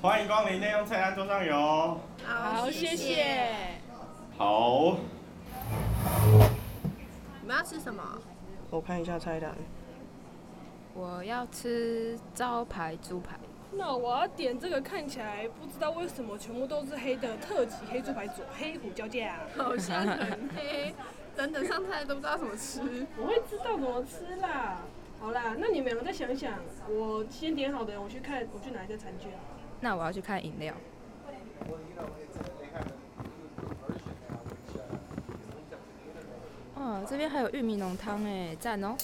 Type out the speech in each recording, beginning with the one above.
欢迎光临内用菜单桌上有。好，谢谢。好，你们要吃什么？我看一下菜单，我要吃招牌猪 排，那我要点这个看起来不知道为什么全部都是黑的特级黑猪排佐黑胡椒酱，好像很黑，等等上菜都不知道怎么吃。我会知道怎么吃啦。好啦，那你们两个再想想，我先点好的，我去看我去拿一下餐具啊。那我要去看饮料。哇，哦这边还有玉米浓汤哎，赞哦！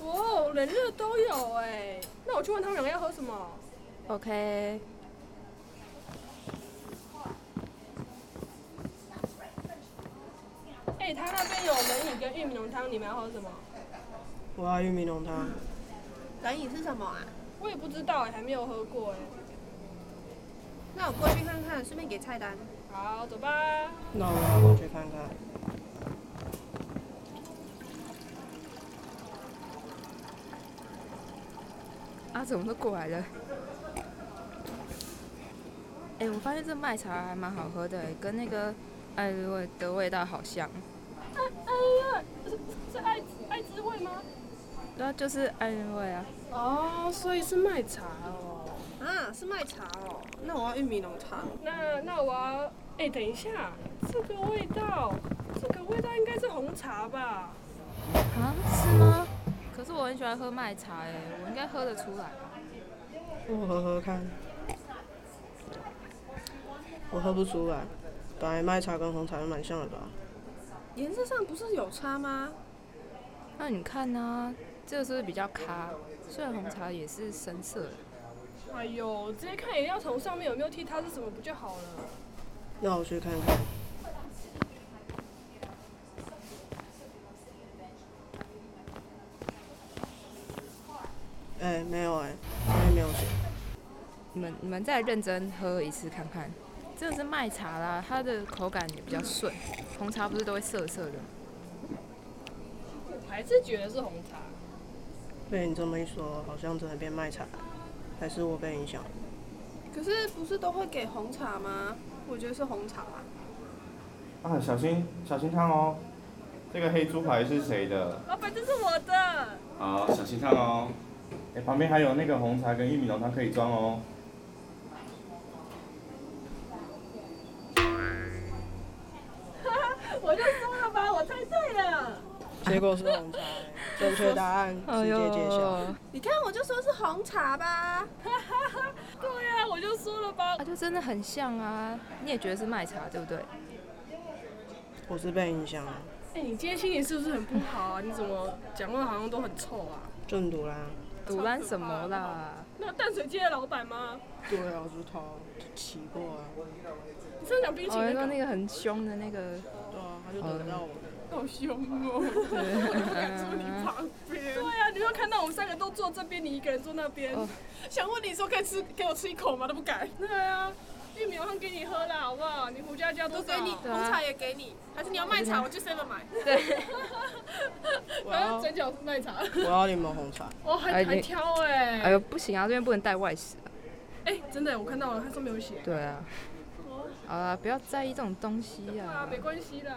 哦，冷热都有哎、那我去问他们两个要喝什么。 OK，哎、他那边有冷饮跟玉米浓汤，你们要喝什么？我要玉米浓汤，冷饮是什么啊？我也不知道哎、还没有喝过哎、那我过去看看，顺便给菜单。好，走吧。那我要过去看看。啊，怎么都过来了？哎，我发现这麦茶还蛮好喝的哎，跟那个艾滋味的味道好像。哎哎呀，是是爱爱滋味吗？对啊，就是艾滋味啊。哦，所以是卖茶哦。啊，是卖茶哦。那我要玉米浓汤。那那我要，哎、等一下，这个味道，这个味道应该是红茶吧？啊，是哦吗？可是我很喜欢喝麦茶哎，我应该喝得出来吧？我喝喝看，我喝不出来。本来麦茶跟红茶蛮像的吧？颜色上不是有差吗？那你看呢、啊这个是不是比较咖？虽然红茶也是深色的。哎呦，直接看饮料桶上面有没有替它是什么不就好了？那我去看看。哎、没有哎、上面没有写。你们你们再认真喝一次看看，这个是麦茶啦，它的口感也比较顺。红茶不是都会涩涩的吗？我还是觉得是红茶。被你这么一说，好像真的变卖茶了，还是我被影响？可是不是都会给红茶吗？我觉得是红茶啊。啊，小心小心烫哦。这个黑猪排是谁的？老板，这是我的。好，小心烫哦。哎、旁边还有那个红茶跟玉米浓汤可以装哦。我就说了吧，我猜对了。结果是 红茶、欸，正确答案直接揭哎晓。你看，我就说是红茶 吧。对呀、我就说了吧啊，。就真的很像啊！你也觉得是麦茶对不对？我是被影响了，哎、你今天心情是不是很不好啊？你怎么讲话好像都很臭啊？中毒啦！赌烂什么啦？那淡水街的老板吗？对啊，我是他骑过啊，你上讲冰淇哦，淋你说那那个，个很凶的那个，对啊，他就等到我。好凶哦！我都敢坐你旁边。对啊呀、你有没有看到我们三个都坐这边，你一个人坐那边？哦想问你说可以吃给我吃一口吗？都不敢。对啊，玉米浓汤给你喝了，好不好？你胡椒酱我都给你，对啊红茶也给你，还是你要卖茶？我去 seven 买。对，我然要后转角是卖茶，我要柠檬红茶，哦，还哎还你挑哎、哎呦不行啊，这边不能带外食啊。哎、真的，我看到了，它上面有写。对啊，好啦，不要在意这种东西对啊，啊没。关系啦。